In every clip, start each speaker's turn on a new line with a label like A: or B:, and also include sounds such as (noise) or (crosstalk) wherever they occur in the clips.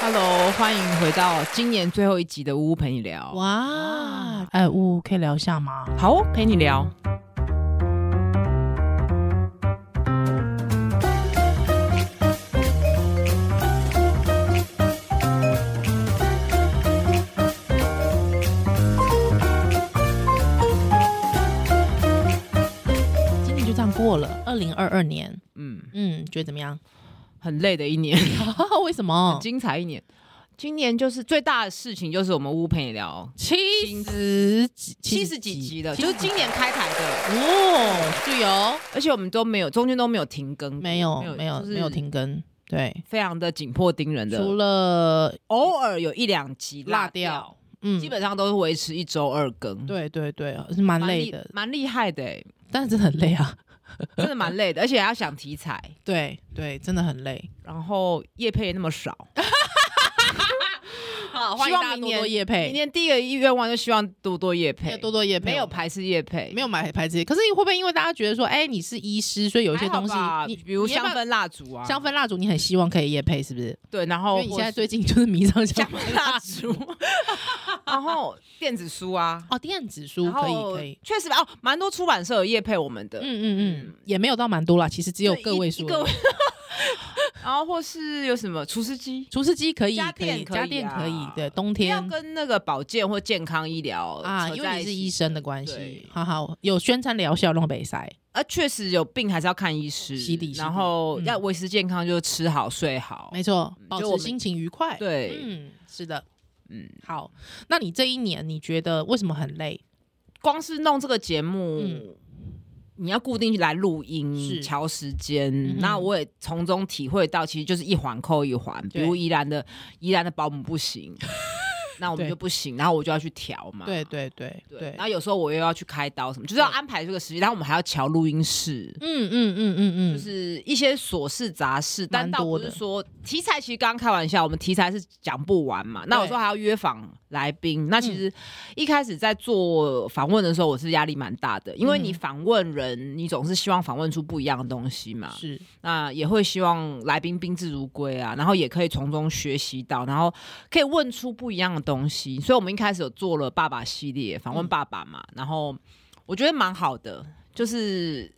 A: Hello，欢迎回到今年最后一集的呜呜陪你聊。
B: 哇，哎，呜，可以聊一下吗？
A: 好哦，陪你聊。
B: 今年就这样过了，二零二二年，
A: 嗯，
B: 嗯，觉得怎么样？ (laughs)
A: 很累的一年，
B: 为什么？
A: 精彩一年。今年就是最大的事情，就是我们呜呜陪你聊
B: 七十几，
A: 七十几集了，
B: 七
A: 就
B: 十
A: 是
B: 几
A: 今年开台的，
B: 哦，就有
A: 而且我们都没有中间都没有停更，
B: 没有没有
A: 就是
B: 没有停更，对，
A: 非常的紧迫盯人
B: 除
A: 的，
B: 了
A: 偶尔有一两集
B: 辣
A: 落掉，
B: 掉，嗯，
A: 基本上都是维持一周二更，，
B: 对对对，是蛮累的，
A: 蛮厉害的、
B: (laughs)
A: 欸，
B: 但是真的很累啊，
A: 真的蛮累的，而且还要想题材，
B: 对对，真的很累。
A: 然后叶配那么少，
B: 哎好
A: 欢
B: 希
A: 迎
B: 望
A: 大家
B: 明
A: 多多
B: 年夜
A: 明
B: 配，
A: 年第一个愿望就希望多多叶配，
B: 多多夜配，
A: 没有排斥叶配，
B: 没有买牌子，可是会不会因为大家觉得说，哎、你是医师，所以有一些东西
A: 还好吧，
B: 你
A: 比如
B: 你要不
A: 香
B: 要
A: 氛蜡烛啊，哦
B: 香氛蜡烛，你很希望可以夜配，是不是？
A: 对，然
B: 因
A: 后
B: 为你现在
A: 最
B: (laughs) 最近就是迷上香
A: 香
B: 氛
A: 氛蜡烛， (laughs) 然后电子书啊，
B: 哦，电子书
A: 然
B: 可以
A: 后
B: 可以，
A: 确实吧哦，蛮多出版社有叶配我们的，
B: 嗯嗯嗯，也没有到蛮多啦，其实只
A: 就
B: 有
A: 一，
B: 个位数而已。
A: 个位 (laughs) 然后或是有什么除湿机，
B: 除湿机可以，
A: 家
B: 可
A: 电
B: 以，
A: 可
B: 家
A: 以
B: 电可以
A: 啊，
B: 对，冬
A: 不要
B: 天
A: 跟那个保健或健康医疗
B: 啊，
A: 扯
B: 因
A: 在
B: 为你是
A: 一起
B: 医生的关
A: 对
B: 系，好好有宣传疗效弄北塞，
A: 啊，确实有病还是要看医师，
B: 洗礼洗
A: 然
B: 礼
A: 后
B: 嗯
A: 要维持健康，就是吃好睡好。
B: 没错，保
A: 哦就我
B: 持
A: 们
B: 心情愉快。，
A: 对，
B: 嗯，是的，
A: 嗯
B: 嗯，好，那你这一年你觉得为什么很累？
A: 光是弄这个节目，
B: 嗯
A: 你要固定来录音、
B: 是嗯
A: 调时间
B: 哼，
A: 那、我也从中体会到，其实就是一环扣一环。比
B: 对
A: 如宜兰的宜兰的保姆不
B: (laughs)
A: 行，那我们
B: 对
A: 就不行，然后我就要去调嘛。
B: 对对对
A: 对，然后有时候我又要去开刀什么，就是要
B: 对
A: 安排这个时间，然后我们还要调录音室。
B: 嗯嗯嗯嗯嗯，
A: 就是一些琐事杂事，但
B: 蛮
A: 倒不
B: 多
A: 是
B: 的
A: 说题材。其实刚刚开玩笑，我们题材是讲不完嘛。那有时候还要约访来宾。
B: 嗯
A: 那其实一开始在做访问的时候，我是压力蛮大的，因为你
B: 嗯
A: 访问人，你总是希望访问出不一样的东西嘛。
B: 是
A: 那也会希望来宾宾至如归啊，然后也可以从中学习到，然后可以问出不一样的东西。所以我们一开始有做了爸爸系列，访问
B: 嗯
A: 爸爸嘛，然后我觉得蛮好的，就是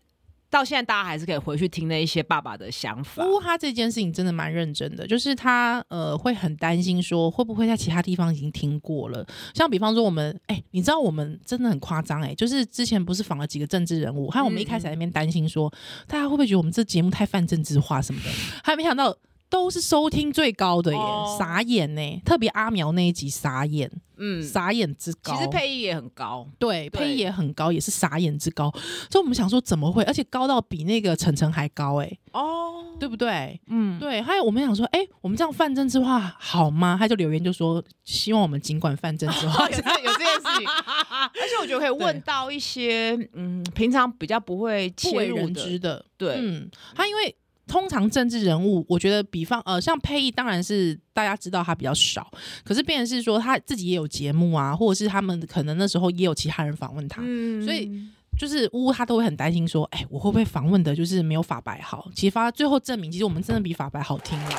A: 到现在大家还是可以回去听那一些爸爸的想法。
B: 呜，他这件事情真的蛮认真的，就是他呃会很担心说会不会在其他地方已经听过了，像比方说我们哎、你知道我们真的很夸张哎，就是之前不是访了几个政治人物，还有我们一
A: 嗯
B: 开始在那边担心说大家会不会觉得我们这节目太泛政治化什么的， (laughs) 还没想到。都是收听最高的耶，
A: 哦
B: 傻眼呢！特别阿苗那一集傻眼，
A: 嗯，
B: 傻眼之高。
A: 其实配音也很高，对
B: 对，配音也很高，也是傻眼之高。所以我们想说怎么会，而且高到比那个晨晨还高哎，
A: 哦，
B: 对不对？
A: 嗯，。
B: 对，还有我们想说，哎、我们这样泛政治化好吗？他就留言就说，希望我们尽管泛政治
A: (laughs)
B: 化 (laughs)
A: 有这有这件事情，而且我觉得可以问
B: 对
A: 到一些嗯，平常比较不会
B: 不为
A: 切入
B: 人
A: 的，
B: 知的，
A: 对，
B: 嗯，他因为通常政治人物，我觉得比方呃，像佩义，当然是大家知道他比较少，可是变成是说他自己也有节目啊，或者是他们可能那时候也有其他人访问他，
A: 嗯
B: 所以就是呜，他都会很担心说，哎、我会不会访问的就是没有法白好？其实发最后证明，其实我们真的比法白好听啦。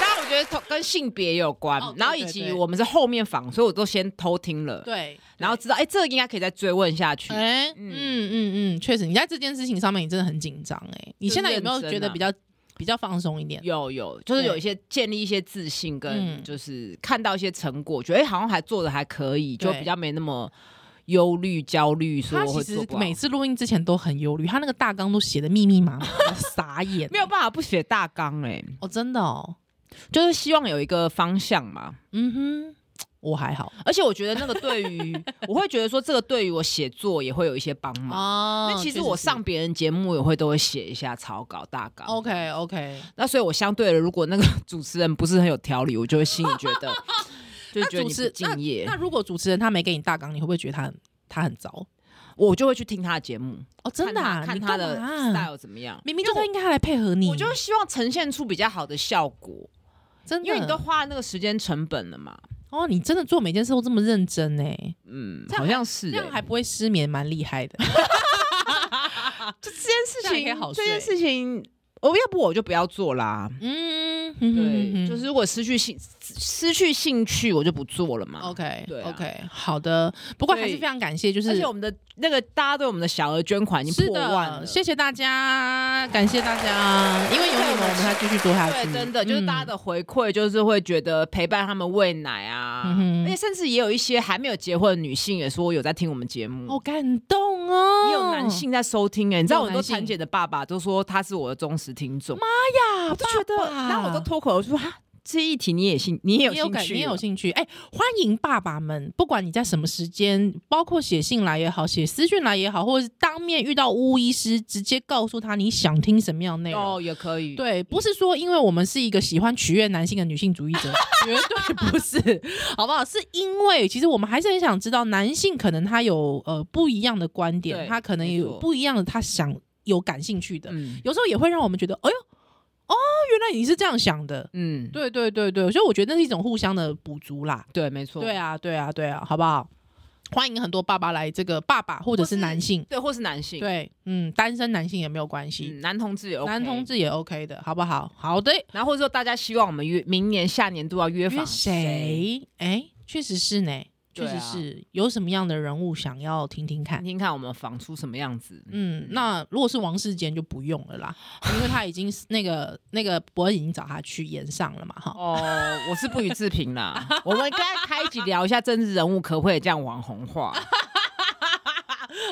A: 当然，我觉得同跟性别也有关，
B: 哦对
A: 然后以
B: 对
A: 及
B: 对
A: 我们是后面访，所以我都先偷听了，
B: 对，
A: 然后知道，哎、这个应该可以再追问下去。
B: 哎、
A: 嗯
B: 嗯嗯嗯，确实，你在这件事情上面你真的很紧张哎。你
A: 就
B: 现在有
A: 认
B: 没有
A: 真
B: 觉得
A: 啊
B: 比较、比较放松一点？
A: 有有，就是
B: 对
A: 有一些建立一些自信，跟
B: 嗯
A: 就是看到一些成果，觉得哎、好像还做的还可以，就
B: 对
A: 比较没那么忧虑焦虑，说
B: 他
A: 我
B: 其
A: 会做
B: 实
A: 不好。
B: 每次录音之前都很忧虑，他那个大纲都写的密密麻麻的，傻眼。
A: (laughs) 没有办法不写大纲哎、
B: 哦，真的哦，
A: 就是希望有一个方向嘛。
B: 嗯哼，我还好
A: 而且我觉得那个对于， (laughs) 我会觉得说这个对于我写作也会有一些帮忙。
B: 哦
A: 那其实我上别人节目也会都会写一下草稿大纲。
B: OK OK，
A: 那所以，我相对的，如果那个 (laughs) 主持人不是很有条理，我就会心里觉
B: (laughs)
A: 得，就觉得
B: 主
A: 你
B: 持
A: 不敬业
B: 那，如果主持人他没给你大纲，你会不会觉得他很他很糟？
A: 我就会去听他的节目，
B: 哦，真的、啊，
A: 看
B: 你
A: 他看他
B: 干
A: 的
B: 嘛啊
A: style 怎么样。
B: 明明就他应该来配合你，
A: 我就希望呈现出比较好的效果，
B: 真的，
A: 因为你都花了那个时间成本了嘛。
B: 哦，你真的做每件事都这么认真哎，
A: 嗯，
B: 这样
A: 好像是、
B: 这样
A: 欸。
B: 还不会失眠，蛮厉害的。
A: 这件事
B: 这样也
A: 情
B: 可以好，
A: 这
B: 睡
A: 哦件事情，我要不我就不要做啦。
B: 嗯，嗯哼哼
A: 对，
B: 哼
A: 就是如果失去兴失去兴趣，我就不做了嘛。
B: OK
A: 对啊
B: OK 好的，不过还是
A: 所以
B: 非常感谢，就是
A: 而且我们的那个大家对我们的小额捐款已经
B: 是
A: 破万
B: 的，
A: 了，
B: 谢谢大家，感谢大家，因为有你们，我们才继续做下去。
A: 对，真的就是
B: 嗯
A: 大家的回馈，就是会觉得陪伴他们喂奶啊，
B: 嗯哼
A: 而且甚至也有一些还没有结婚的女性也说有在听我们节目，
B: 好感动哦，
A: 也有男性在收听哎、你知道
B: 有
A: 很多
B: 男性
A: 产检的爸爸都说他是我的忠实听众，
B: 呀，
A: 我就觉得，
B: 爸爸
A: 然后我都脱口而出哈，这一题你也兴，你也有
B: 你有
A: 兴
B: 感，
A: 趣，哦
B: 你也有兴趣？哎、欢迎爸爸们，不管你在什么时间，包括写信来也好，写私讯来也好，或者是当面遇到巫医师，直接告诉他你想听什么样的内容。
A: 哦，也可以，
B: 对，不是说因为我们是一个喜欢取悦男性的女性主义者，绝对不是，好不好？是因为其实我们还是很想知道男性可能他有呃不一样的观点，
A: 对
B: 他可能
A: 没
B: 有
A: 错
B: 不一样的他想有感兴趣的，
A: 嗯
B: 有时候也会让我们觉得，哎呦，哦，原来你是这样想的。
A: 嗯，
B: 对对对对，所以我觉得那是一种互相的补足啦。
A: 对，没错，
B: 对。啊，对啊，对啊，好不好？欢迎很多爸爸来，这个爸爸或者是
A: 或是
B: 男性，
A: 对，或是男性，
B: 对，嗯，单身男性也没有关系，
A: 嗯，男同志也 OK，
B: 男同，志也 OK 的，好不好？好的，
A: 然后或者说大家希望我们约明年下年度要约
B: 约
A: 访？
B: 谁？哎，确实是呢，确
A: 对啊
B: 实是、有什么样的人物想要听听看
A: 听。听看我们仿出什么样子？
B: 嗯，那如果是王世坚就不用了啦， (laughs) 因为他已经是那个那个博恩已经找他去演上了嘛，哈。
A: 哦，我是不予置评啦。我们刚才开一集聊一下政治人物可不可以这样网红化？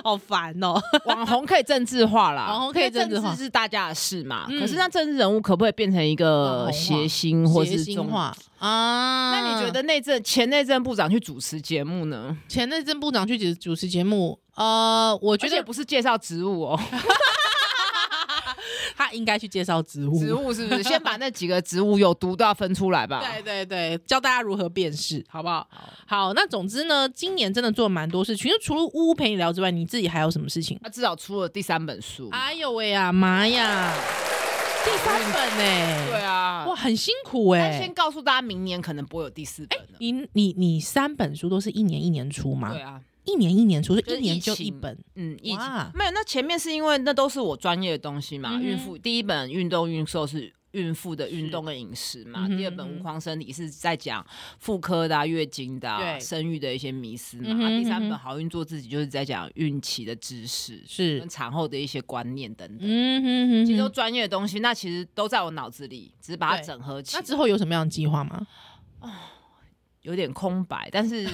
B: 好烦哦，
A: 网红可以政治化啦，
B: 网红可以政治化
A: 因为是大家的事嘛。
B: 嗯
A: 可是那政治人物可不可以变成一个
B: 网红化
A: 谐星或
B: 谐
A: 是
B: 星
A: 中？
B: 化啊！
A: 那你觉得内政前内政部长去主持节目呢？
B: 前内政部长去主主持节目，呃，我觉
A: 而且
B: 得
A: 不是介绍植物
B: (laughs)
A: 哦，
B: 他应该去介绍植物。
A: 植
B: (laughs)
A: 物是不是？ (laughs) 先把那几个植物有毒都要分出来吧。
B: 对对对，教大家如何辨识，好不好？好，那总之呢，今年真的做了蛮多事情，就除了呜呜陪你聊之外，你自己还有什么事情？
A: 他至少出了第三本书。
B: 哎呦喂啊，妈呀，第三本呢、
A: 对啊
B: 哇，，很辛苦哎、
A: 但先告诉大家，明年可能不会有第四本了。
B: 你你你三本书都是一年一年出吗？
A: 对啊，
B: 一年一年出，所以
A: 就是
B: 一年就
A: 疫情
B: 一本。
A: 嗯，疫情
B: 哇
A: 没有。那前面是因为那都是我专业的东西嘛，
B: 嗯哼
A: 孕妇第一本运动运售是。孕妇的运动跟饮食嘛，
B: 嗯哼
A: 第二本无框生理是在讲妇科的、啊、月经的、啊、
B: 对
A: 生育的一些迷思嘛，
B: 嗯哼
A: 啊、第三本
B: 嗯哼
A: 好运做自己就是在讲孕期的知识
B: 是
A: 跟产后的一些观念等等，
B: 嗯哼哼
A: 其实都
B: 哼，
A: 专业的东西，那其实都在我脑子里，只是把它
B: 对
A: 整合起
B: 那
A: 来，
B: 之后有什么样的计划吗？
A: 有点空白，但
B: (laughs)
A: 是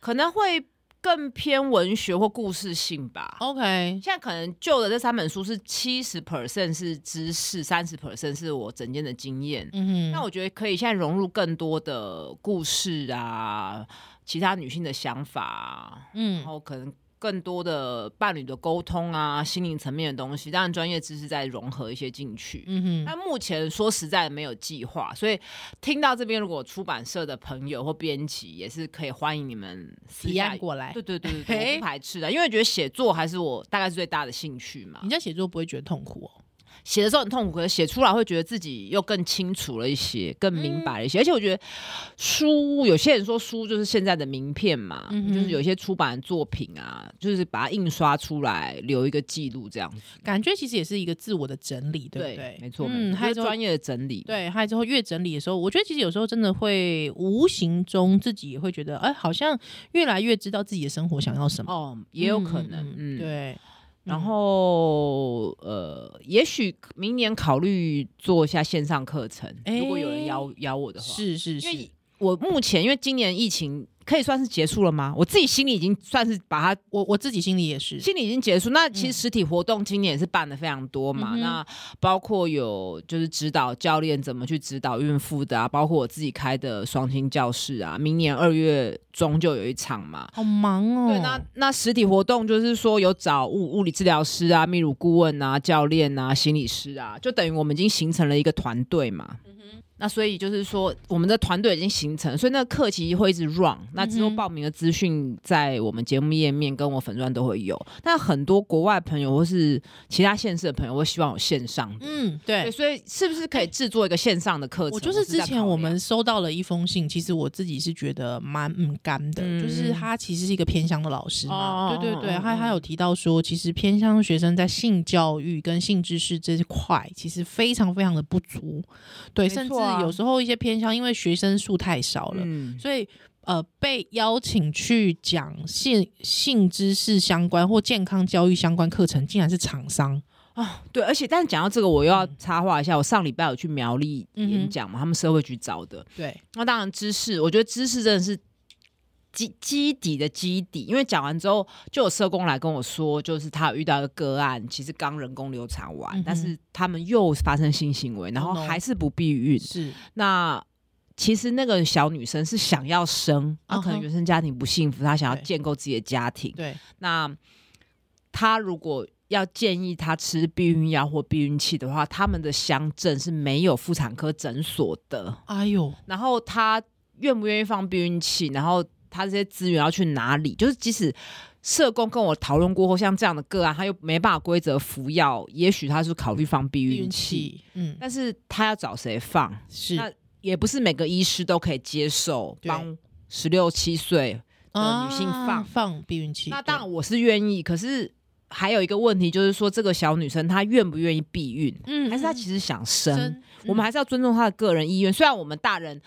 A: 可能会更偏文学或故事性吧。
B: OK，
A: 现在可能旧的这三本书是七十 percent 是知识，三十 percent 是我整件的经验。
B: 嗯哼，
A: 那我觉得可以现在融入更多的故事啊，其他女性的想法、啊，
B: 嗯
A: 然后可能更多的伴侣的沟通啊，心灵层面的东西，当然专业知识再融合一些进去。
B: 嗯哼，
A: 但目前说实在没有计划，所以听到这边如果出版社的朋友或编辑也是可以欢迎你们私
B: 提
A: 下
B: 案过来。
A: 对对对对
B: 嘿
A: 对，我不排斥的，因为觉得写作还是我大概是最大的兴趣嘛
B: 你。在写作不会觉得痛苦哦？
A: 写的时候很痛苦，可是写出来会觉得自己又更清楚了一些，更明白
B: 嗯
A: 了一些。而且我觉得书，有些人说书就是现在的名片嘛，
B: 嗯哼
A: 就是有一些出版的作品啊，就是把它印刷出来，留一个记录这样子。
B: 感觉其实也是一个自我的整理，对不对
A: 对？没错，没
B: 嗯，
A: 错，
B: 还
A: 还
B: 有
A: 有
B: 之后
A: 专业的整理。
B: 对，还有之后越整理的时候，我觉得其实有时候真的会无形中自己也会觉得，哎，好像越来越知道自己的生活想要什么，
A: 哦，也有可能，嗯，。
B: 对。
A: 然后呃，也许明年考虑做一下线上课程，
B: 哎
A: 如果有人邀邀我的话，
B: 是是
A: 因为
B: 是，
A: 我目前因为今年疫情可以算是结束了吗？我自己心里已经算是把它
B: 我我自己心里也是，
A: 心里已经结束。那其实
B: 嗯
A: 实体活动今年也是办的非常多嘛，
B: 嗯哼
A: 那包括有就是指导教练怎么去指导孕妇的啊，包括我自己开的双亲教室啊，明年二月中就有一场嘛。
B: 好忙哦。
A: 对，那那实体活动就是说有找物物理治疗师啊、
B: 嗯
A: 泌乳顾问啊、教练啊、心理师啊，就等于我们已经形成了一个团队嘛。那所以就是说，我们的团队已经形成，所以那个课其实会一直 run。那
B: 嗯
A: 之后报名的资讯在我们节目页面跟我粉钻都会有。那很多国外朋友或是其他县市的朋友，会希望有线上的。
B: 嗯，
A: 对，
B: 对。
A: 所以是不是可以制作一个线上的课程？
B: 我就是之
A: 在
B: 前
A: 考
B: 我
A: 量
B: 们收到了一封信，其实我自己是觉得蛮嗯干的，
A: 嗯
B: 就是他其实是一个偏乡的老师嘛，
A: 哦
B: 对对对，
A: 嗯
B: 他
A: 嗯
B: 他有提到说，其实偏乡学生在性教育跟性知识这一块其实非常非常的不足，对，
A: 没
B: 甚至
A: 错啊
B: 有时候一些偏乡因为学生数太少了，
A: 嗯，
B: 所以呃，被邀请去讲性性知识相关或健康教育相关课程，竟然是厂商。
A: 啊对，而且但是讲到这个，我又
B: 嗯
A: 要插话一下，我上礼拜有去苗栗演讲嘛，他们社会局找的。
B: 对，
A: 那当然知识，我觉得知识真的是基基底的基底，因为讲完之后，就有社工来跟我说，就是他遇到一个个案，其实刚人工流产完，
B: 嗯哼
A: 但是他们又发生性行为，然后
B: 哦 no
A: 还是不避孕。
B: 是
A: 那其实那个小女生是想要生，她、
B: 嗯哼
A: 可能原生家庭不幸福，她想要
B: 对
A: 建构自己的家庭。
B: 对，
A: 那她如果要建议她吃避孕药或避孕器的话，他们的乡镇是没有妇产科诊所的。
B: 哎呦，
A: 然后他愿不愿意放避孕器，然后他这些资源要去哪里，就是即使。社工跟我讨论过后，像这样的个案，他又没办法规则服药，也许他是考虑放避
B: 避
A: 孕
B: 孕
A: 器，
B: 器，嗯，
A: 但是他要找谁放，
B: 是
A: 那也不是每个医师都可以接受
B: 对
A: 帮十六七岁。
B: 啊
A: 女性放
B: 放避孕器，
A: 那
B: 对
A: 当然我是愿意，可是还有一个问题就是说，这个小女生她愿不愿意避孕，
B: 嗯
A: 还是她其
B: 实
A: 实想生？我们还是要尊重他的个人意愿。虽然我们大人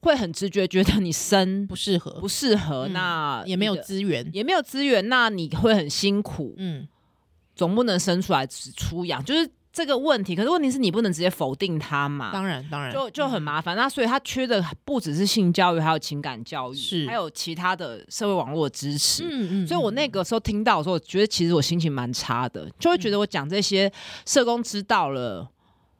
A: 会很直觉觉得你生
B: 不适合
A: 不，适合，
B: 嗯
A: 那
B: 也没有
A: 你的
B: 资源，
A: 也没有资源，那你会很辛苦，
B: 嗯，
A: 总不能生出来只出养，就是这个问题。可是问题是你不能直接否定他嘛。
B: 当然当然，
A: 啊就就很
B: 嗯
A: 麻烦，那所以他缺的不只是性教育，还有情感教育，
B: 是
A: 还有其他的社会网络的支持。
B: 嗯嗯，
A: 所以我那
B: 嗯
A: 个时候听到的时候，我觉得其实我心情蛮差的，就会觉得我讲这些社工知道了，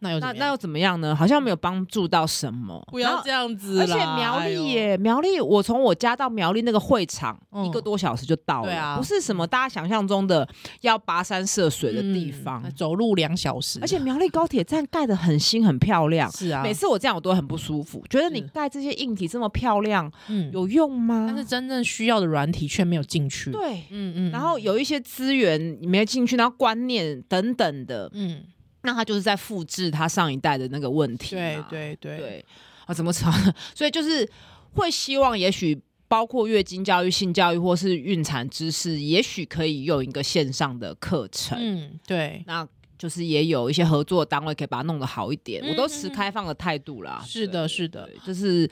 B: 那嗯又怎
A: 那
B: 么
A: 那
B: 样
A: 又怎么样呢？好像没有帮助到什么。
B: 不
A: 然
B: 要
A: 后
B: 这样子啦，
A: 而且苗
B: 哎呦
A: 栗耶，苗栗，我从我家到苗栗那个会场、
B: 嗯
A: 一个多小时就到了，
B: 对啊
A: 不是什么大家想象中的要跋山涉水的地方。
B: 嗯走路两小时，
A: 而且苗栗高铁站盖得很新，很漂亮。
B: 是啊，
A: 每次我这样我都很不舒服，觉得你
B: 是
A: 盖这些硬体这么漂亮
B: 嗯
A: 有用吗？
B: 但是真正需要的软体却没有进去。，
A: 对，
B: 嗯嗯
A: 然后有一些资源你没进去，然后观念等等的，
B: 嗯，
A: 那他就是在复制他上一代的那个问题
B: 对
A: 嘛。
B: 对对，
A: 对啊，怎么吵呢？所以就是会希望，也许包括月经教育、性教育或是孕产知识，也许可以用一个线上的课程。
B: 嗯对，
A: 那就是也有一些合作单位可以把它弄得好一点，我都持
B: 嗯嗯嗯嗯
A: 开放的态度啦。
B: 是
A: 对
B: 的，是的，
A: 对就是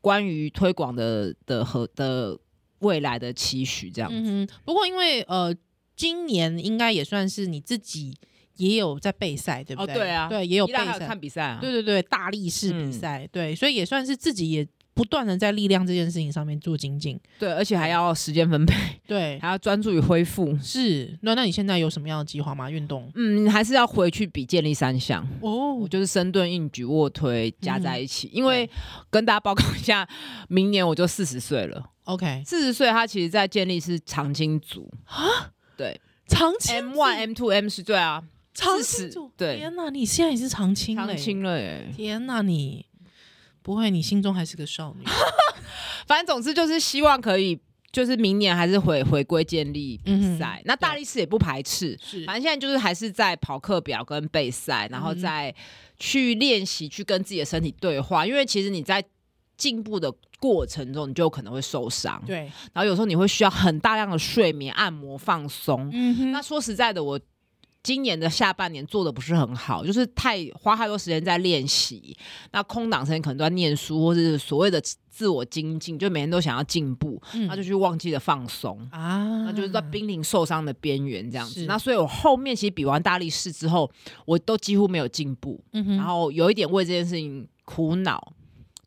A: 关于推广的的和的未来的期许这样子。
B: 嗯哼。不过因为呃，今年应该也算是你自己也有在备赛，对不
A: 哦
B: 对？
A: 对啊
B: 对，也有
A: 依
B: 备
A: 然还有
B: 赛
A: 看，比赛啊？
B: 对对对，大力士比
A: 嗯
B: 赛，对，所以也算是自己也不断的在力量这件事情上面做精进，
A: 对，而且还
B: 嗯
A: 要时间分配， (laughs)
B: 对。
A: 还要专注于恢复。
B: 是，那那你现在有什么样的计划吗？运动
A: 嗯，还是要回去比健力三项。我
B: 哦，
A: 就是深蹲、硬举、卧推
B: 嗯
A: 加在一起，因为跟大家报告一下，明年我就四十岁了。
B: OK，
A: 四十岁，他其实在建立是长青组对
B: 长青
A: ，M one、M two、M 是对啊，
B: 长
A: 40
B: 青组，
A: 对
B: 天哪，你现在也是长青了
A: 长
B: 耶
A: 青了耶。
B: 天呐，你不会，你心中还是个少女。
A: 反正总之就是希望可以，就是明年还是回回归建立
B: 嗯
A: 比赛。那大力士也不排斥，
B: (laughs) 是
A: 反正现在就是还是在跑课表跟备赛，然后
B: 嗯
A: 再去练习，去跟自己的身体对话。因为其实你在进步的过程中，你就有可能会受伤。
B: 对，
A: 然后有时候你会需要很大量的睡眠、按摩、放松。
B: 嗯哼
A: 那说实在的，我今年的下半年做的不是很好，就是太花太多时间在练习，那空档时间可能都在念书，或是所谓的自我精进，就每天都想要进步，
B: 嗯
A: 那就去忘记了放松。
B: 啊，
A: 那就是在濒临受伤的边缘这样子
B: 是，
A: 那所以我后面其实比完大力士之后，我都几乎没有进步，
B: 嗯哼，，
A: 然后有一点为这件事情苦恼。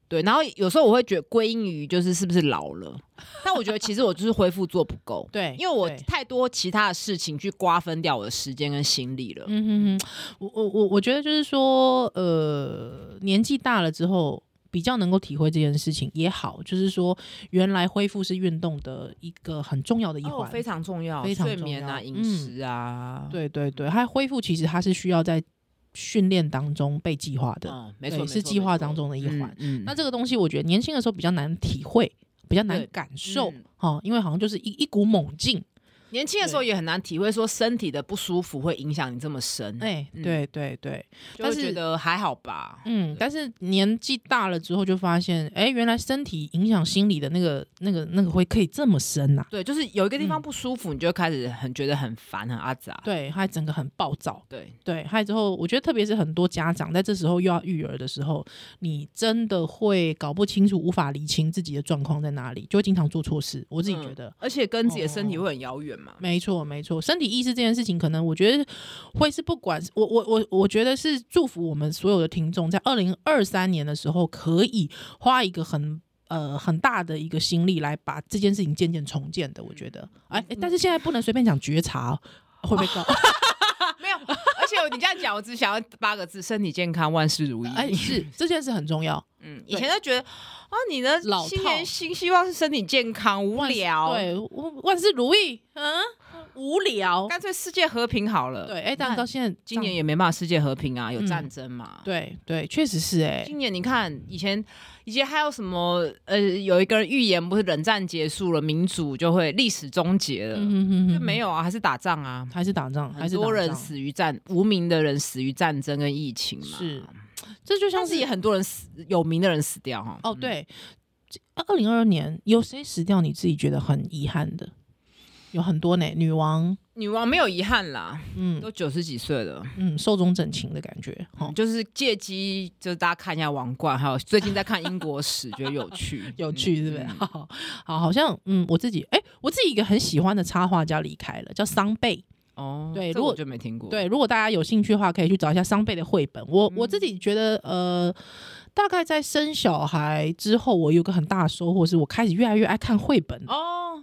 A: 对，然后有时候我会觉得归因于就是是不是老了，但我觉得其实我就是恢复做不够
B: 对，
A: 因为我
B: 对
A: 太多其他的事情去瓜分掉我的时间跟心力了。
B: 嗯哼哼，我我我我觉得就是说，呃，年纪大了之后。比较能够体会这件事情也好，就是说，原来恢复是运动的一个很重要的一环、
A: 哦，非常重要，
B: 非常
A: 睡
B: 重嗯
A: 眠啊，
B: 要
A: 饮食啊，
B: 对对对，它恢复其实它是需要在训练当中被计划的，
A: 嗯，没
B: 对
A: 错，
B: 是计划当中的
A: 的
B: 一环。。
A: 嗯，
B: 那这个东西，我觉得年轻的时候比较难体会，比较难
A: 对
B: 感受
A: 嗯
B: 哦，因为好像就是一一股猛劲。
A: 年轻的时候也很难体会说身体的不舒服会影响你这么深，
B: 哎，
A: 嗯
B: 对对对，
A: 就会
B: 但是
A: 觉得还好吧。
B: 嗯，但是年纪大了之后就发现，哎，原来身体影响心理的那个、那个、那个会可以这么深啊呐、
A: 对，就是有一个地方
B: 嗯
A: 不舒服，你就会开始很觉得很烦、很阿杂。
B: 对，还整个很暴躁。
A: 对，
B: 对，还有之后，我觉得特别是很多家长在这时候又要育儿的时候，你真的会搞不清楚、无法厘清自己的状况在哪里，就会经常做错事。我自己
A: 嗯
B: 嗯觉得，
A: 而且跟自己的身体
B: 哦
A: 会很遥远嘛。
B: 没错，没错，身体意识这件事情，可能我觉得会是不管我我我我觉得是祝福我们所有的听众，在二零二三年的时候，可以花一个很。呃，很大的一个心力来把这件事情渐渐重建的，我觉得，哎、
A: 嗯
B: 哎但是现在不能随便讲觉察哦，会被告。
A: 啊没有，而且你这样讲，我只想要八个字：身体健康，万事如意。(laughs)
B: (laughs) 哎、是这件事很重要，
A: 嗯，以
B: 对
A: 前就觉得啊，你的
B: 老
A: 新
B: 套
A: 年新希望是身体健康，无
B: 万事
A: 聊，，
B: 对，万万事如意，
A: (laughs)
B: 嗯，无聊，
A: 干脆世界和平好了。
B: 对，哎、但
A: 你看
B: 到现在
A: 今年
B: 也
A: 也没办法世界和平啊，有
B: 嗯
A: 战争嘛。
B: 对对，确实是哎、
A: 今年你看，以前以前还有什么？呃，有一个人预言，不是冷战结束了，民主就会历史终结了，
B: 嗯哼
A: 就没有啊，还是打仗啊，
B: 还是打仗，还
A: 很
B: 是
A: 多
B: 打
A: 人
B: 仗
A: 死于战，无名的人死于战争跟疫情嘛。
B: 是，这就像
A: 但是
B: 是
A: 也很多人死，有名的人死掉哈。嗯
B: 哦，对，二零二二年有谁死掉你自己觉得很遗憾的？有很多呢，女王，
A: 女王没有遗憾啦，
B: 嗯
A: 都嗯九十几岁了，
B: 嗯，寿终正寝的感觉，哦，
A: 就是借机就是大家看一下王冠，还有最近在看英国史，觉得有趣，
B: (laughs) 有趣是不是？哦
A: 嗯嗯
B: 好， (laughs) 好，好像嗯，我自己，哎、我自己一个很喜欢的插画家离开了，叫桑贝。
A: 哦，
B: 对
A: 这
B: 如果
A: 我就没听过。
B: 对，如果大家有兴趣的话，可以去找一下桑贝的绘本。我我自
A: 嗯
B: 己觉得，呃，大概在生小孩之后，我有个很大的收获，是我开始越来越爱看绘本。
A: 哦，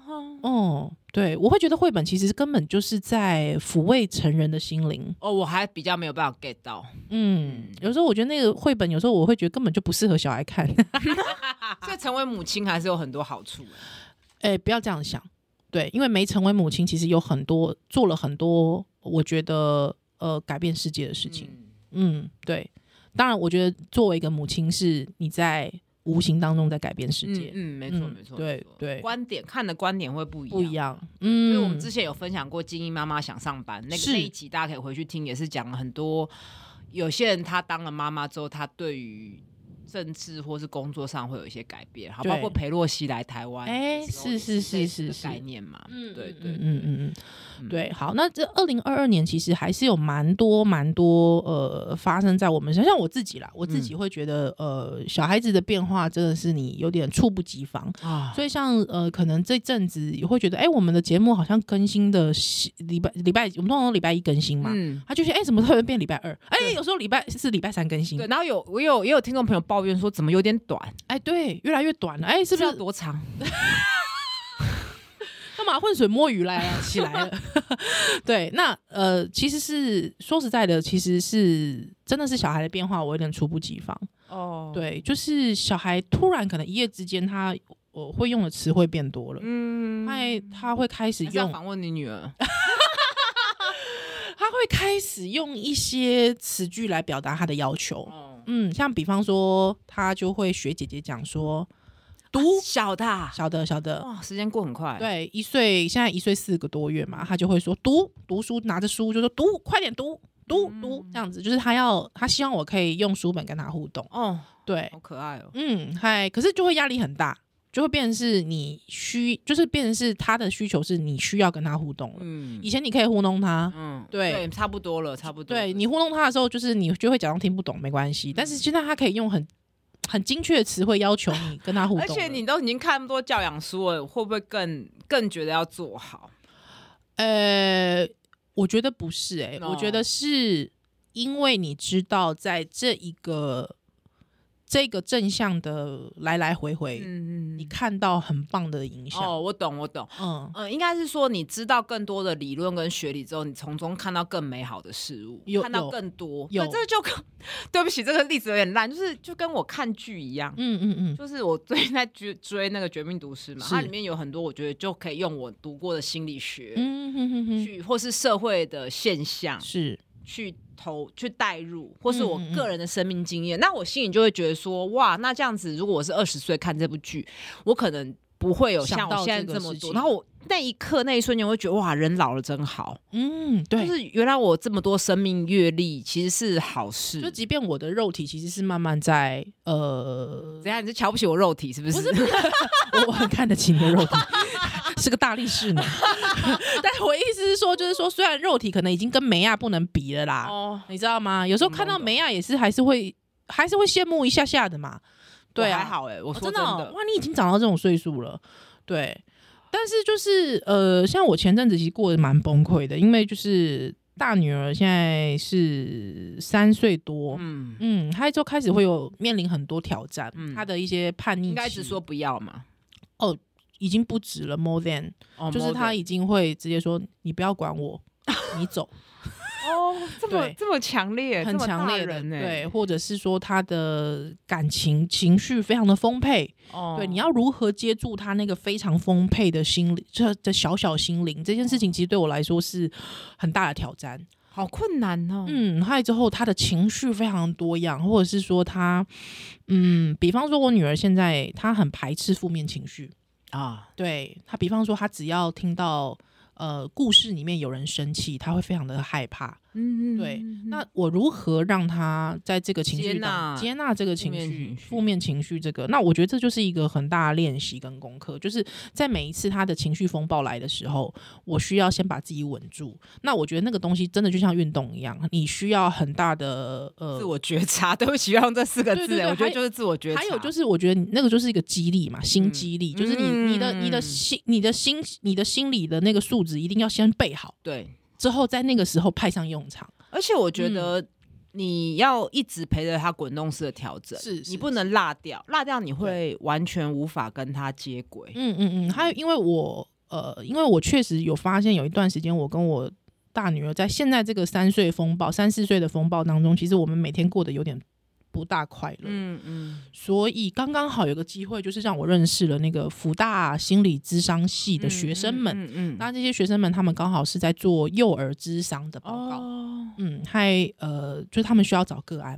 A: 哦，
B: 哦，对，我会觉得绘本其实根本就是在抚慰成人的心灵。
A: 哦，我还比较没有办法 get 到，
B: 嗯，有时候我觉得那个绘本，有时候我会觉得根本就不适合小孩看。 (laughs) 啊
A: 所以成为母亲还是有很多好处。
B: 哎，不要这样想，对，因为没成为母亲，其实有很多做了很多，我觉得呃改变世界的事情。
A: 嗯
B: 嗯，对。当然，我觉得作为一个母亲，是你在无形当中在改变世界，
A: 嗯，嗯没错
B: 嗯
A: 没错，
B: 对
A: 没错
B: 对
A: 观点看的观点会不一样，
B: 不一。样。
A: 因
B: 嗯，
A: 为我们之前有分享过《精英妈妈想上班》那个
B: 是
A: 那一集，大家可以回去听，也是讲了很多有些人她当了妈妈之后，她对于政治或是工作上会有一些改变，好，
B: 对
A: 包括裴洛西来台湾，
B: 哎
A: 那时候也
B: 是是
A: 类
B: 是
A: 似的
B: 是
A: 概念嘛，
B: 嗯，
A: 对
B: 嗯
A: 对
B: 嗯嗯嗯，
A: 嗯
B: 对，好，那这二零二二年其实还是有蛮多蛮多呃发生在我们身上，像我自己啦，我自
A: 嗯
B: 己会觉得、呃小孩子的变化真的是你有点猝不及防，
A: 啊，
B: 所以像呃可能这阵子也会觉得，哎、我们的节目好像更新的是礼拜礼拜，我们通常都礼拜一更新嘛，
A: 嗯，
B: 他就是哎、怎么突然变礼拜二，哎、
A: 对
B: 有时候礼拜是礼拜三更新
A: 对，，然后有我有也有听众朋友抱怨说，怎么有点短，
B: 哎、对，越来越短了，哎、是
A: 是啊不是
B: 不
A: 要
B: 是
A: 多长？
B: 干嘛浑水摸鱼来了起来了？ (laughs) 对，那呃，其实是说实在的，其实是真的是小孩的变化，我有点猝不及防。
A: 哦，，
B: 对，就是小孩突然可能一夜之间他，我会用的词汇变多了。
A: 嗯，
B: 哎，他会开始
A: 还是要
B: 用，
A: 访问你女儿，
B: 他会开始用一些词句来表达他的要求。
A: 哦，
B: 嗯，像比方说，他就会学姐姐讲说，
A: 读小的啊，
B: 晓得晓得，
A: 哇，时间过很快，，
B: 对，一岁现在一岁四个多月嘛，他就会说读读书，拿着书就说读，快点读读
A: 嗯
B: 读，这样子就是他要他希望我可以用书本跟他互动。
A: 哦，
B: 对，
A: 好可爱哦，
B: 嗯，嗨，可是就会压力很大，就会变成是你需，就是变成是他的需求是你需要跟他互动了。
A: 嗯
B: 以前你可以糊弄他。 (laughs)
A: 嗯，
B: 对
A: 差不多了，差不多了，
B: 对你糊弄他的时候，就是你就会假装听不懂，没关系。但是现在他可以用很很精确的词汇要求你跟他互动
A: 而
B: 了，
A: 且你都已经看那么多教养书了，会不会更更觉得要做好？
B: 呃，我觉得不是哎、
A: 哦
B: 我觉得是因为你知道，在这一个这个正向的来来回回，
A: 嗯
B: 你看到很棒的影响。
A: 哦，我懂，我懂。
B: 嗯，
A: 嗯，应该是说你知道更多的理论跟学理之后，你从中看到更美好的事物
B: 有，
A: 看到
B: 有
A: 更多。
B: 有
A: 对这就跟 (laughs) 对不起，这个例子有点烂，就是就跟我看剧一样，
B: 嗯嗯嗯，
A: 就是我最近在追追那个《绝命毒师》嘛，
B: 是
A: 它里面有很多我觉得就可以用我读过的心理学
B: 嗯哼哼哼，
A: 去，或是社会的现象
B: 是
A: 去投去带入，或是我
B: 嗯嗯嗯
A: 个人的生命经验，那我心里就会觉得说，哇，那这样子，如果我是二十岁看这部剧，我可能不会有
B: 想
A: 像
B: 到
A: 我现在
B: 这个
A: 这么
B: 事
A: 多。
B: 情
A: 然后我那一刻那一瞬间，我会觉得哇，人老了真好，
B: 嗯，
A: 就
B: 对，
A: 是原来我这么多生命阅历其实是好事。
B: 就即便我的肉体其实是慢慢在呃，
A: 怎样？你是瞧不起我肉体是不是？不 (laughs) 是
B: 我我很看得起你的肉体， (laughs) 是个大力
A: (laughs)
B: 士呢。 (laughs) 但我的意思是说，就是说，虽然肉体可能已经跟梅亚不能比了啦，
A: 哦，
B: 你知道吗？有时候看到
A: 懂懂
B: 梅亚也是还是会还是会羡慕一下下的嘛。对
A: 我
B: 啊，
A: 还好哎、我
B: 哦
A: 说
B: 的,、
A: 的，
B: 哇，你已经长到这种岁数了，对。但是就是呃，像我前阵子其实过得蛮崩溃的，因为就是大女儿现在是三岁多，
A: 嗯，
B: 嗯，她就开始会有面临很多挑战，
A: 嗯
B: 她的一些叛逆期，
A: 应该只说不要嘛。
B: 已经不止了，more than，、
A: 哦
B: 就是她已经会直接说你不要管我，你走，
A: 哦，这么
B: 对
A: 这么强烈，
B: 很强烈的，
A: 人呢、
B: 对，或者是说她的感情情绪非常的丰沛，
A: 哦
B: 对，你要如何接住他那个非常丰沛的心灵，这这小小心灵这件事情，
A: 哦
B: 其实对我来说是很大的挑战。
A: 好困难哦。
B: 嗯，还有之后他的情绪非常多样，或者是说他，嗯，比方说我女儿现在她很排斥负面情绪，
A: 啊，
B: 对她，比方说她只要听到呃故事里面有人生气，她会非常的害怕。
A: 嗯
B: 对那我如何让他在这个情
A: 接
B: 绪当
A: 纳
B: 接纳这个情
A: 负面
B: 绪
A: 情绪
B: 负面情绪这个？那我觉得这就是一个很大的练习跟功课，就是在每一次他的情绪风暴来的时候，我需要先把自己稳住。那我觉得那个东西真的就像运动一样，你需要很大的呃
A: 自。我觉察， (laughs) 对不起，要用这四个
B: 对
A: 字
B: 对对
A: 欸，我觉
B: 还
A: 得就是自我觉察。
B: 还有就是，我觉得你那个就是一个激励嘛，新
A: 嗯
B: 激励，就是你你的你的
A: 嗯
B: 心你的心你的心理的那个素质一定要先备好，
A: 对，嗯
B: 之后在那个时候派上用场。
A: 而且我觉得你要一直陪着他滚动式的调整，
B: 是是
A: 你不能落掉，落掉你会完全无法跟他接轨。
B: 嗯嗯嗯，还有因为我呃，因为我确实有发现有一段时间，我跟我大女儿在现在这个三岁风暴、三四岁的风暴当中，其实我们每天过得有点不大快乐。
A: 嗯嗯，
B: 所以刚刚好有个机会，就是让我认识了那个福大心理咨商系的学生们。
A: 嗯嗯，
B: 那这些学生们，他们刚好是在做幼儿咨商的报告。
A: 哦，
B: 嗯，还呃，就是他们需要找个案，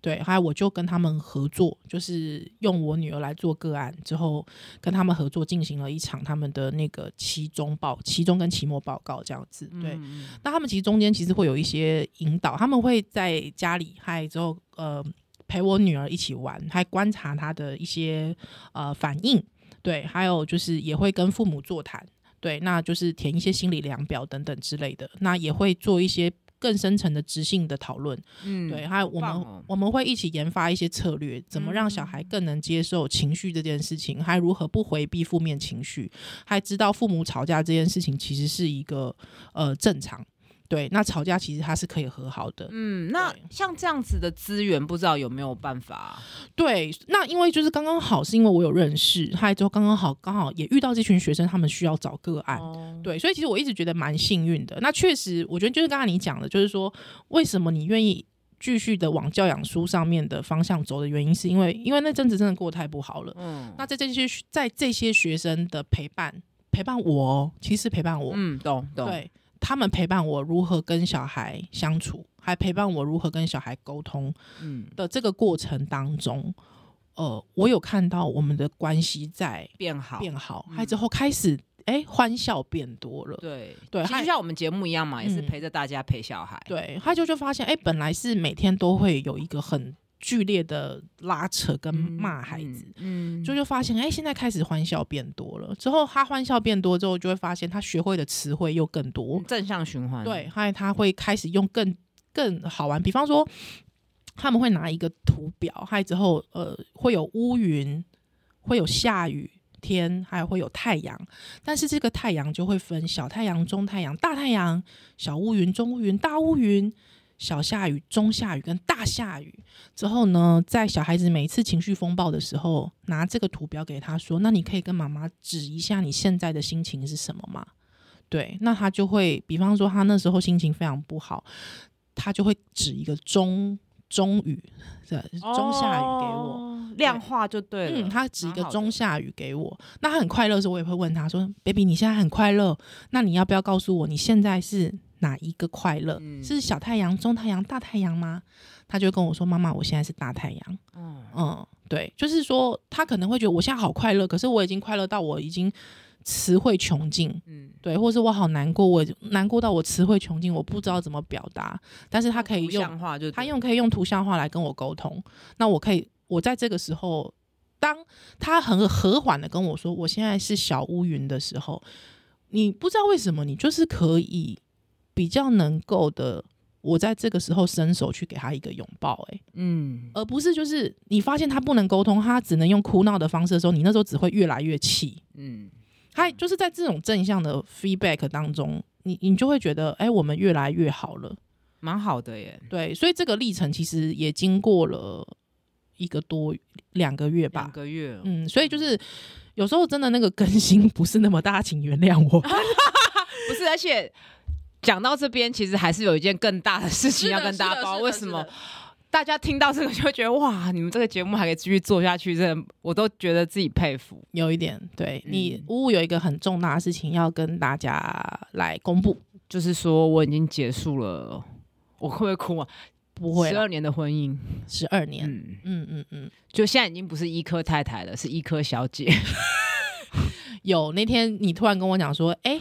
B: 对，还有我就跟他们合作，就是用我女儿来做个案之后，跟他们合作进行了一场他们的那个期中报、期中跟期末报告这样子，对。
A: 嗯，
B: 那他们其实中间其实会有一些引导，他们会在家里还有之后呃陪我女儿一起玩，还观察她的一些呃反应，对，还有就是也会跟父母座谈，对，那就是填一些心理量表等等之类的，那也会做一些更深层的知性的讨论，
A: 嗯
B: 对，，还有我们、
A: 好棒哦
B: 我们会一起研发一些策略，怎么让小孩更能接受情绪这件事情，还如何不回避负面情绪，还知道父母吵架这件事情其实是一个呃正常。对，那吵架其实它是可以和好的。
A: 嗯，那
B: 对
A: 像这样子的资源，不知道有没有办法、
B: 对，那因为就是刚刚好，是因为我有认识，还之后刚刚好刚好也遇到这群学生，他们需要找个案。
A: 哦，
B: 对，所以其实我一直觉得蛮幸运的。那确实，我觉得就是刚才你讲的，就是说为什么你愿意继续的往教养书上面的方向走的原因，是因为因为那阵子真的过得太不好了。
A: 嗯，
B: 那在这些在这些学生的陪伴，陪伴我哦，其实陪伴我，
A: 嗯，懂懂，
B: 对他们陪伴我如何跟小孩相处，还陪伴我如何跟小孩沟通
A: 嗯，
B: 的这个过程当中，呃，我有看到我们的关系在
A: 变好，
B: 变好，
A: 嗯
B: 还之后开始哎欢笑变多了。
A: 对
B: (laughs) 对
A: 其实
B: 还
A: 就像我们节目一样嘛，也是
B: 嗯
A: 陪着大家陪小孩，
B: 对，他就就发现，哎、本来是每天都会有一个很剧烈的拉扯跟
A: 嗯，
B: 骂孩子，
A: 嗯，嗯，
B: 就就发现，哎、现在开始欢笑变多了。之后他欢笑变多之后，就会发现他学会的词汇又更多。
A: 正向循环，
B: 对，还有他会开始用更更好玩，比方说他们会拿一个图表，还有之后呃会有乌云，会有下雨天，还有会有太阳，但是这个太阳就会分小太阳、中太阳、大太阳、小乌云、中乌云、大乌云。小下雨、中下雨跟大下雨之后呢，在小孩子每一次情绪风暴的时候，拿这个图表给他说：“那你可以跟妈妈指一下你现在的心情是什么吗？”对，那他就会，比方说他那时候心情非常不好，他就会指一个中中雨，对，中下雨给我。
A: 哦量化就对了。
B: 嗯，他指一个
A: 蛮好的
B: 中下雨给我。那他很快乐的时候，我也会问他说：“baby，你现在很快乐，那你要不要告诉我你现在是哪一个快乐？
A: 嗯
B: 是小太阳、中太阳、大太阳吗？他就会跟我说：“妈妈，我现在是大太阳。”
A: 嗯，
B: 嗯，对，就是说他可能会觉得我现在好快乐，可是我已经快乐到我已经词汇穷尽，
A: 嗯，
B: 对，或是我好难过，我难过到我词汇穷尽，我不知道怎么表达，但是他可
A: 哦
B: 以
A: 图像
B: 用
A: 化就
B: 他用可以用图像化来跟我沟通，那我可以我在这个时候，当他很和缓的跟我说我现在是小乌云的时候，你不知道为什么你就是可以比较能够的。我在这个时候伸手去给他一个拥抱、欸，
A: 嗯
B: 而不是就是你发现他不能沟通，他只能用哭闹的方式的时候，你那时候只会越来越气。
A: 嗯
B: 他就是在这种正向的 feedback 当中，你你就会觉得，哎、我们越来越好了。
A: 蛮好的耶，
B: 对，所以这个历程其实也经过了一个多两个月
A: 两
B: 吧。
A: 个月哦，
B: 嗯，所以就是有时候真的那个更新不是那么大，请原谅
A: (laughs)
B: 我。
A: 不是，而且讲到这边，其实还是有一件更大的事情要跟大家报，为什么？大家听到这个就会觉得哇，你们这个节目还可以继续做下去，真的我都觉得自己佩服。
B: 有一点，对你
A: 嗯
B: 呜呜有一个很重大的事情要跟大家来公布，
A: 就是说我已经结束了，我会不会哭啊？
B: 不会
A: 十二年的婚姻，
B: 十二年，
A: 嗯，
B: 嗯嗯嗯，
A: 就现在已经不是医科太太了，是医科小姐。
B: 有那天你突然跟我讲说，哎、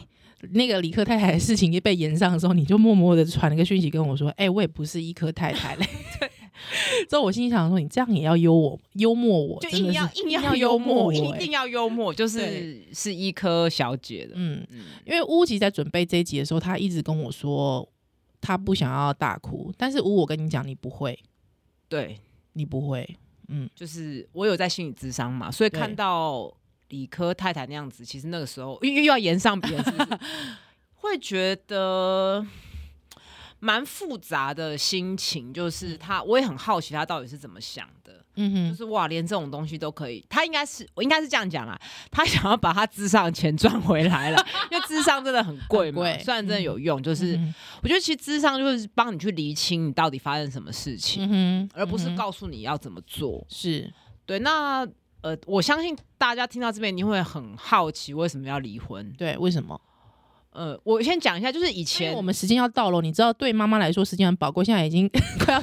B: 那个理科太太的事情被延上的时候，你就默默的传了个讯息跟我说，哎、我也不是医科太
A: (laughs)
B: 太嘞。对，之后我心里想说，你这样也要幽我幽默我，
A: 就
B: 真
A: 硬
B: 的是 (laughs)
A: 要硬
B: 要
A: 要幽默，
B: 我
A: 一
B: 欸
A: 定要幽默，就是是医科小姐的。
B: 嗯，
A: 嗯
B: 因为乌吉在准备这一集的时候，他一直跟我说他不想要大哭，但是乌，我跟你讲，你不会，
A: 对，
B: 你不会，嗯，
A: 就是我有在心理智商嘛，所以
B: 对
A: 看到理科太太那样子，其实那个时候又又要延上别人，是不是 (laughs) 会觉得蛮复杂的心情。就是他，我也很好奇他到底是怎么想的。
B: 嗯
A: 就
B: 哼，
A: 是哇，连这种东西都可以，他应该是我应该是这样讲啦，他想要把他智商的钱 (laughs) 赚回来了，因为智商真的很贵嘛
B: 很，贵
A: 虽然真的有用，就是
B: 嗯
A: 我觉得其实智商就是帮你去厘清你到底发生什么事情，
B: 哼，嗯哼
A: 而不是
B: 嗯哼
A: 告诉你要怎么做。
B: 是，
A: 对，那呃，我相信大家听到这边，你会很好奇为什么要离婚。
B: 对，为什么？
A: 呃，我先讲一下，就是以
B: 因为
A: 前
B: 哎我们时间要到了，你知道，对妈妈来说时间很宝贵，现在已经快要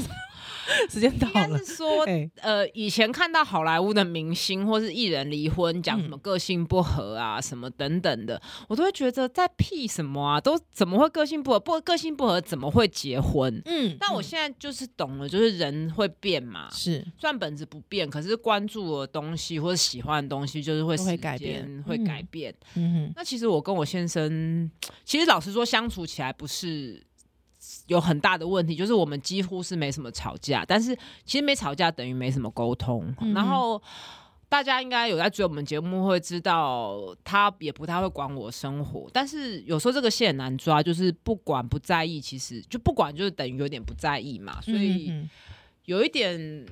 B: 时间到
A: 应该
B: 了。
A: 是说，
B: 哎，
A: 呃，以前看到好莱坞的明星或是艺人离婚，讲
B: 嗯
A: 什么个性不合啊，什么等等的，我都会觉得在屁什么啊，都怎么会个性不合？不过个性不合怎么会结婚？
B: 嗯
A: 但我现在就是懂了，就是人会变嘛
B: 在，是
A: 虽然本质不变，可是关注的东西或者喜欢的东西，就是会
B: 都会
A: 时
B: 改变
A: 间会
B: 嗯
A: 改变。
B: 嗯哼
A: 那其实我跟我先生，其实老实说相处起来不是有很大的问题，就是我们几乎是没什么吵架，但是其实没吵架等于没什么沟通。
B: 嗯
A: 然后大家应该有在追我们节目会知道，他也不太会管我生活，但是有时候这个线很难抓，就是不管不在意，其实就不管就是等于有点不在意嘛，所以
B: 嗯哼
A: 有一点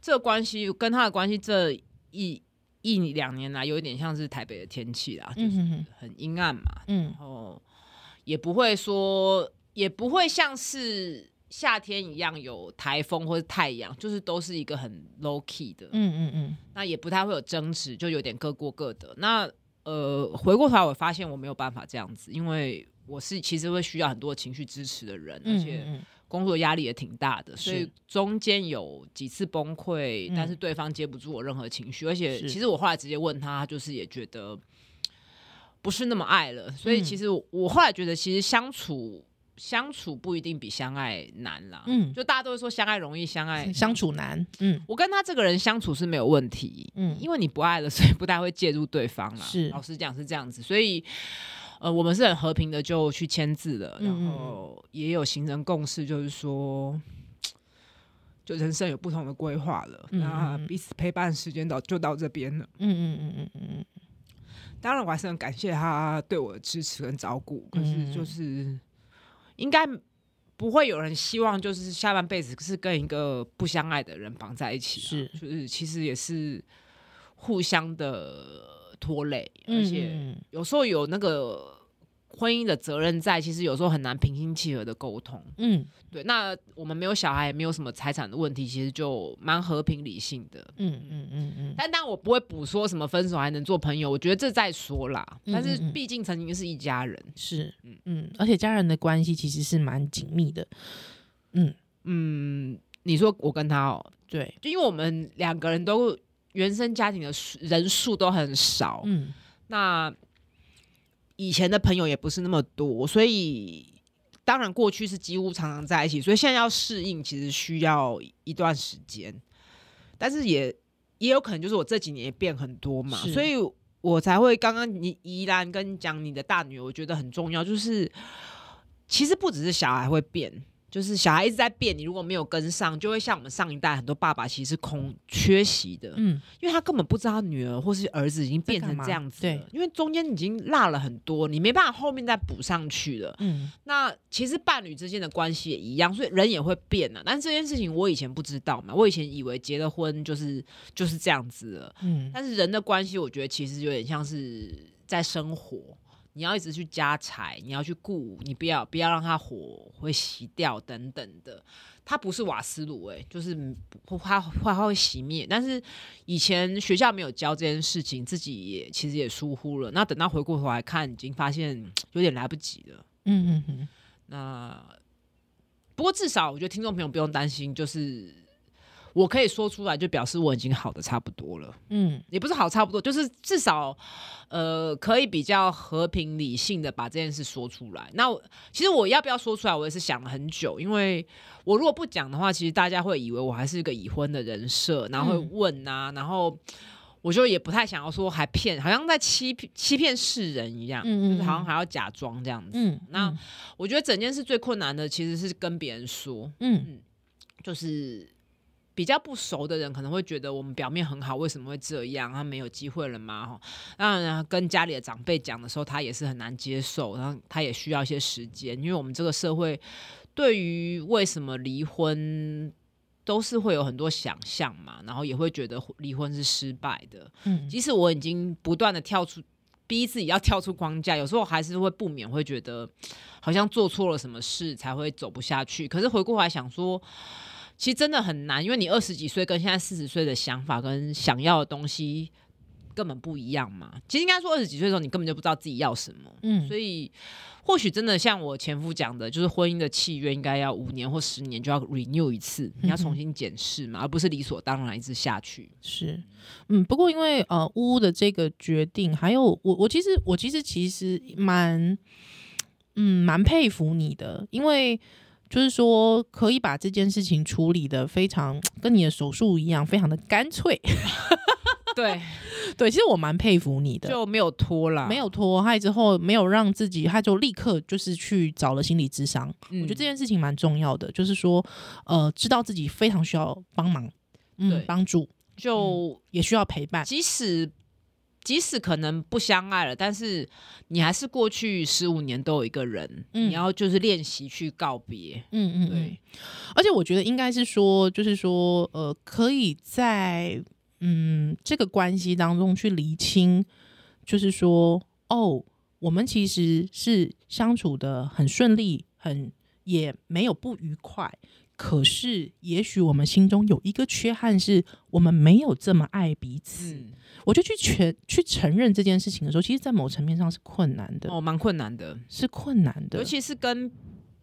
A: 这个关系跟他的关系这一。一两年来，有一点像是台北的天气啦，就是
B: 嗯哼哼
A: 很阴暗嘛，
B: 嗯
A: 然后也不会说，也不会像是夏天一样有台风或者太阳，就是都是一个很 low key 的，
B: 嗯嗯嗯
A: 那也不太会有争执，就有点各过各的。那呃，回过头来我发现我没有办法这样子，因为我是其实会需要很多情绪支持的人，
B: 嗯，
A: 而且
B: 嗯
A: 工作压力也挺大的，所以
B: 是
A: 中间有几次崩溃，
B: 嗯
A: 但是对方接不住我任何情绪，而且
B: 是
A: 其实我后来直接问他，他就是也觉得不是那么爱了，所以
B: 嗯
A: 其实我,、我后来觉得，其实相处相处不一定比相爱难啦，
B: 嗯
A: 就大家都会说相爱容易，相爱
B: 嗯相。处难，嗯
A: 我跟他这个人相处是没有问题，
B: 嗯
A: 因为你不爱了， (laughs) 所以不太会介入对方啦。
B: 是
A: 老实讲是这样子，所以呃，我们是很和平的就去签字了，
B: 嗯嗯嗯
A: 然后也有形成共识，就是说。就人生有不同的规划了，
B: 嗯嗯
A: 那
B: 嗯
A: 彼此陪伴时间到就到这边了。
B: 嗯嗯嗯嗯嗯嗯，
A: 当然，我还是很感谢他对我的支持跟照顾。可
B: 嗯
A: 是，就是应该不会有人希望，就是下半辈子是跟一个不相爱的人绑在一起、啊。
B: 是
A: 就是其实也是互相的拖累，而且
B: 嗯
A: 有时候有那个婚姻的责任在，其实有时候很难平心气和的沟通。
B: 嗯
A: 对，那我们没有小孩，也没有什么财产的问题，其实就蛮和平理性的。
B: 嗯嗯嗯嗯，
A: 但但我不会补说什么分手还能做朋友，我觉得这再说啦。
B: 嗯
A: 但是
B: 嗯嗯
A: 毕竟曾经是一家人，
B: 是
A: 嗯
B: 嗯，而且家人的关系其实是蛮紧密的。嗯，
A: 嗯，你说我跟他哦，
B: 对，
A: 就因为我们两个人都原生家庭的数人数都很少，
B: 嗯
A: 那以前的朋友也不是那么多，所以当然过去是几乎常常在一起，所以现在要适应其实需要一段时间，但是也也有可能就是我这几年也变很多嘛，
B: 是
A: 所以我才会刚刚你宜兰跟你讲你的大女儿，我觉得很重要，就是其实不只是小孩会变。就是小孩一直在变，你如果没有跟上，就会像我们上一代很多爸爸其实是空缺席的，
B: 嗯，
A: 因为他根本不知道他女儿或是儿子已经变成这样子
B: 在干
A: 了
B: 嘛，
A: 因为中间已经落了很多，你没办法后面再补上去了。
B: 嗯
A: 那其实伴侣之间的关系也一样，所以人也会变啊。但这件事情我以前不知道嘛，我以前以为结了婚就是就是这样子了。
B: 嗯，
A: 但是人的关系，我觉得其实有点像是在生活，你要一直去加柴，你要去顾，你不要不要让它火会熄掉等等的。它不是瓦斯炉，哎，就是不它它会熄灭。但是以前学校没有教这件事情，自己也其实也疏忽了。那等到回过头来看，已经发现有点来不及了。
B: 嗯嗯嗯，
A: 那不过至少我觉得听众朋友不用担心，就是我可以说出来，就表示我已经好的差不多了。
B: 嗯
A: 也不是好差不多，就是至少，呃，可以比较和平理性的把这件事说出来。那我其实我要不要说出来，我也是想了很久，因为我如果不讲的话，其实大家会以为我还是一个已婚的人设，然后会
B: 嗯
A: 问啊，然后我就也不太想要说还骗，好像在欺骗欺骗世人一样，
B: 嗯嗯
A: 就是好像
B: 嗯
A: 还要假装这样子。
B: 嗯，
A: 那我觉得整件事最困难的其实是跟别人说，
B: 嗯
A: 就是比较不熟的人可能会觉得我们表面很好，为什么会这样？他没有机会了吗？哈，当然啊跟家里的长辈讲的时候，他也是很难接受，然后他也需要一些时间，因为我们这个社会对于为什么离婚。都是会有很多想象嘛，然后也会觉得离婚是失败的。
B: 嗯
A: 即使我已经不断的跳出，逼自己要跳出框架，有时候还是会不免会觉得好像做错了什么事才会走不下去。可是回过来想说，其实真的很难，因为你二十几岁跟现在四十岁的想法跟想要的东西根本不一样嘛。其实应该说二十几岁的时候，你根本就不知道自己要什么。
B: 嗯，
A: 所以，或许真的像我前夫讲的，就是婚姻的契约应该要五年或十年就要 renew 一次，你要重新检视嘛，而不是理所当然一直下去。
B: 是，嗯，不过因为呃，呜呜的这个决定，还有我，我其实我其实其实蛮，嗯，蛮佩服你的，因为就是说可以把这件事情处理的非常跟你的手术一样，非常的干脆。 (laughs)
A: 对，
B: 对，其实我蛮佩服你的，
A: 就没有拖啦，
B: 没有拖，害之后没有让自己，他就立刻就是去找了心理咨商。
A: 嗯，我
B: 我觉得这件事情蛮重要的，就是说，呃，知道自己非常需要帮忙，
A: 对
B: 嗯，帮助
A: 就
B: 也需要陪伴，
A: 即使即使可能不相爱了，但是你还是过去十五年都有一个人，
B: 嗯
A: 你要就是练习去告别。
B: 嗯嗯，嗯
A: 对，
B: 而且我觉得应该是说，就是说，呃，可以在嗯这个关系当中去厘清，就是说，哦，我们其实是相处的很顺利，很也没有不愉快。可是，也许我们心中有一个缺憾，是我们没有这么爱彼此。
A: 嗯，
B: 我就去全去承认这件事情的时候，其实，在某层面上是困难的，
A: 哦，蛮困难的，
B: 是困难的。
A: 尤其是跟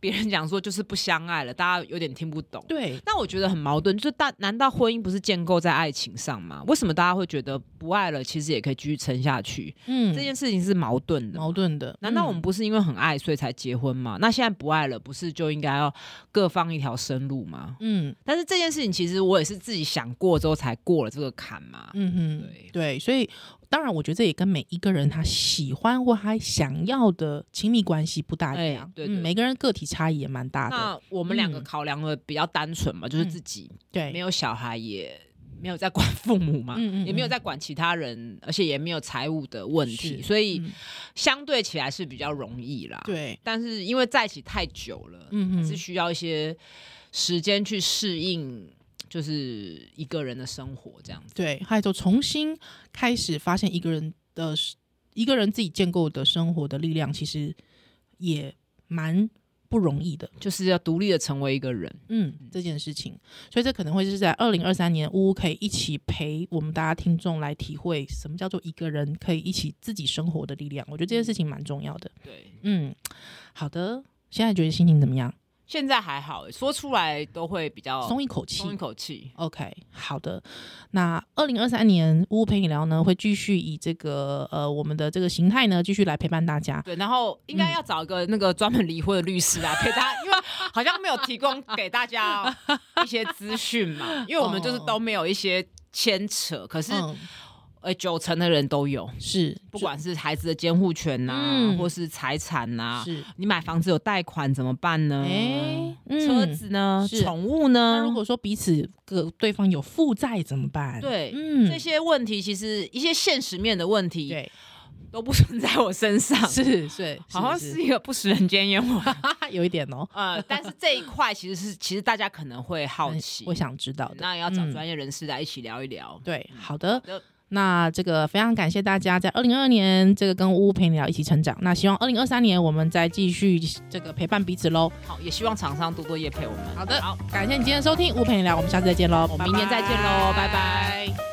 A: 别人讲说就是不相爱了，大家有点听不懂。
B: 对，
A: 但我觉得很矛盾，就是大难道婚姻不是建构在爱情上吗？为什么大家会觉得不爱了，其实也可以继续撑下去？
B: 嗯，
A: 这件事情是矛盾的嘛。
B: 矛盾的。
A: 难道
B: 嗯
A: 我们不是因为很爱所以才结婚吗？那现在不爱了，不是就应该要各放一条生路吗？
B: 嗯
A: 但是这件事情其实我也是自己想过之后才过了这个坎嘛。
B: 嗯哼，
A: 对
B: 对，所以当然，我觉得这也跟每一个人他喜欢或他想要的亲密关系不大一
A: 哎
B: 样，
A: 对对
B: 嗯每个人个体差异也蛮大的，
A: 那我们两个
B: 嗯
A: 考量的比较单纯嘛，就是自己
B: 对，
A: 没有小孩，也没有在管父母嘛，
B: 嗯嗯嗯
A: 也没有在管其他人，而且也没有财务的问题，
B: 是
A: 所以
B: 嗯
A: 相对起来是比较容易啦。，
B: 对，
A: 但是因为在一起太久了，
B: 嗯
A: 是
B: 哼，
A: 需要一些时间去适应，就是一个人的生活这样子。
B: 对，还有就重新开始发现一个人的一个人自己建构的生活的力量，其实也蛮不容易的。
A: 就是要独立的成为一个人。
B: 嗯，这件事情，所以这可能会是在二零二三年，呜呜可以一起陪我们大家听众来体会什么叫做一个人可以一起自己生活的力量。我觉得这件事情蛮重要的。
A: 对，
B: 嗯，好的，现在觉得心情怎么样？
A: 现在还好，欸说出来都会比较
B: 松一口气
A: 松一。口气。
B: OK，好的。那二零二三年呜呜陪你聊呢，会继续以这个呃我们的这个形态呢，继续来陪伴大家。
A: 对，然后应该要找一个那个专门离婚的律师啊，给他，因为好像没有提供给大家一些资讯嘛，因为我们就是都没有一些牵扯，可是
B: 嗯，
A: 呃九成的人都有，
B: 是，
A: 不管是孩子的监护权呐、
B: 嗯
A: 或是财产啊呐、
B: 是，
A: 你买房子有贷款怎么办呢？
B: 哎、嗯
A: 车子啊呢？
B: 是
A: 宠物
B: 嗯那
A: 呢？
B: 如果说彼此个对方有负债怎么办？
A: 对
B: 嗯，
A: 这些问题，其实一些现实面的问题
B: 对，
A: 都不存在我身上，
B: (laughs) 是是，
A: 好像是一个不食人间烟火。
B: (laughs) 有一点哦，
A: 呃，但是这一块其实是，其实大家可能会好奇，
B: 嗯我想知道的。
A: 那也要找
B: 嗯
A: 专业人士来一起聊一聊。
B: 对，嗯好的
A: 的，
B: 那这个非常感谢大家在二零二二年这个跟呜呜陪你聊一起成长。那希望二零二三年我们再继续这个陪伴彼此喽。
A: 好，也希望厂商多多业配我们。
B: 好的
A: 好，
B: 感谢你今天的收听，呜陪你聊，我们下次再见喽，
A: 我们明年再见喽拜拜
B: 拜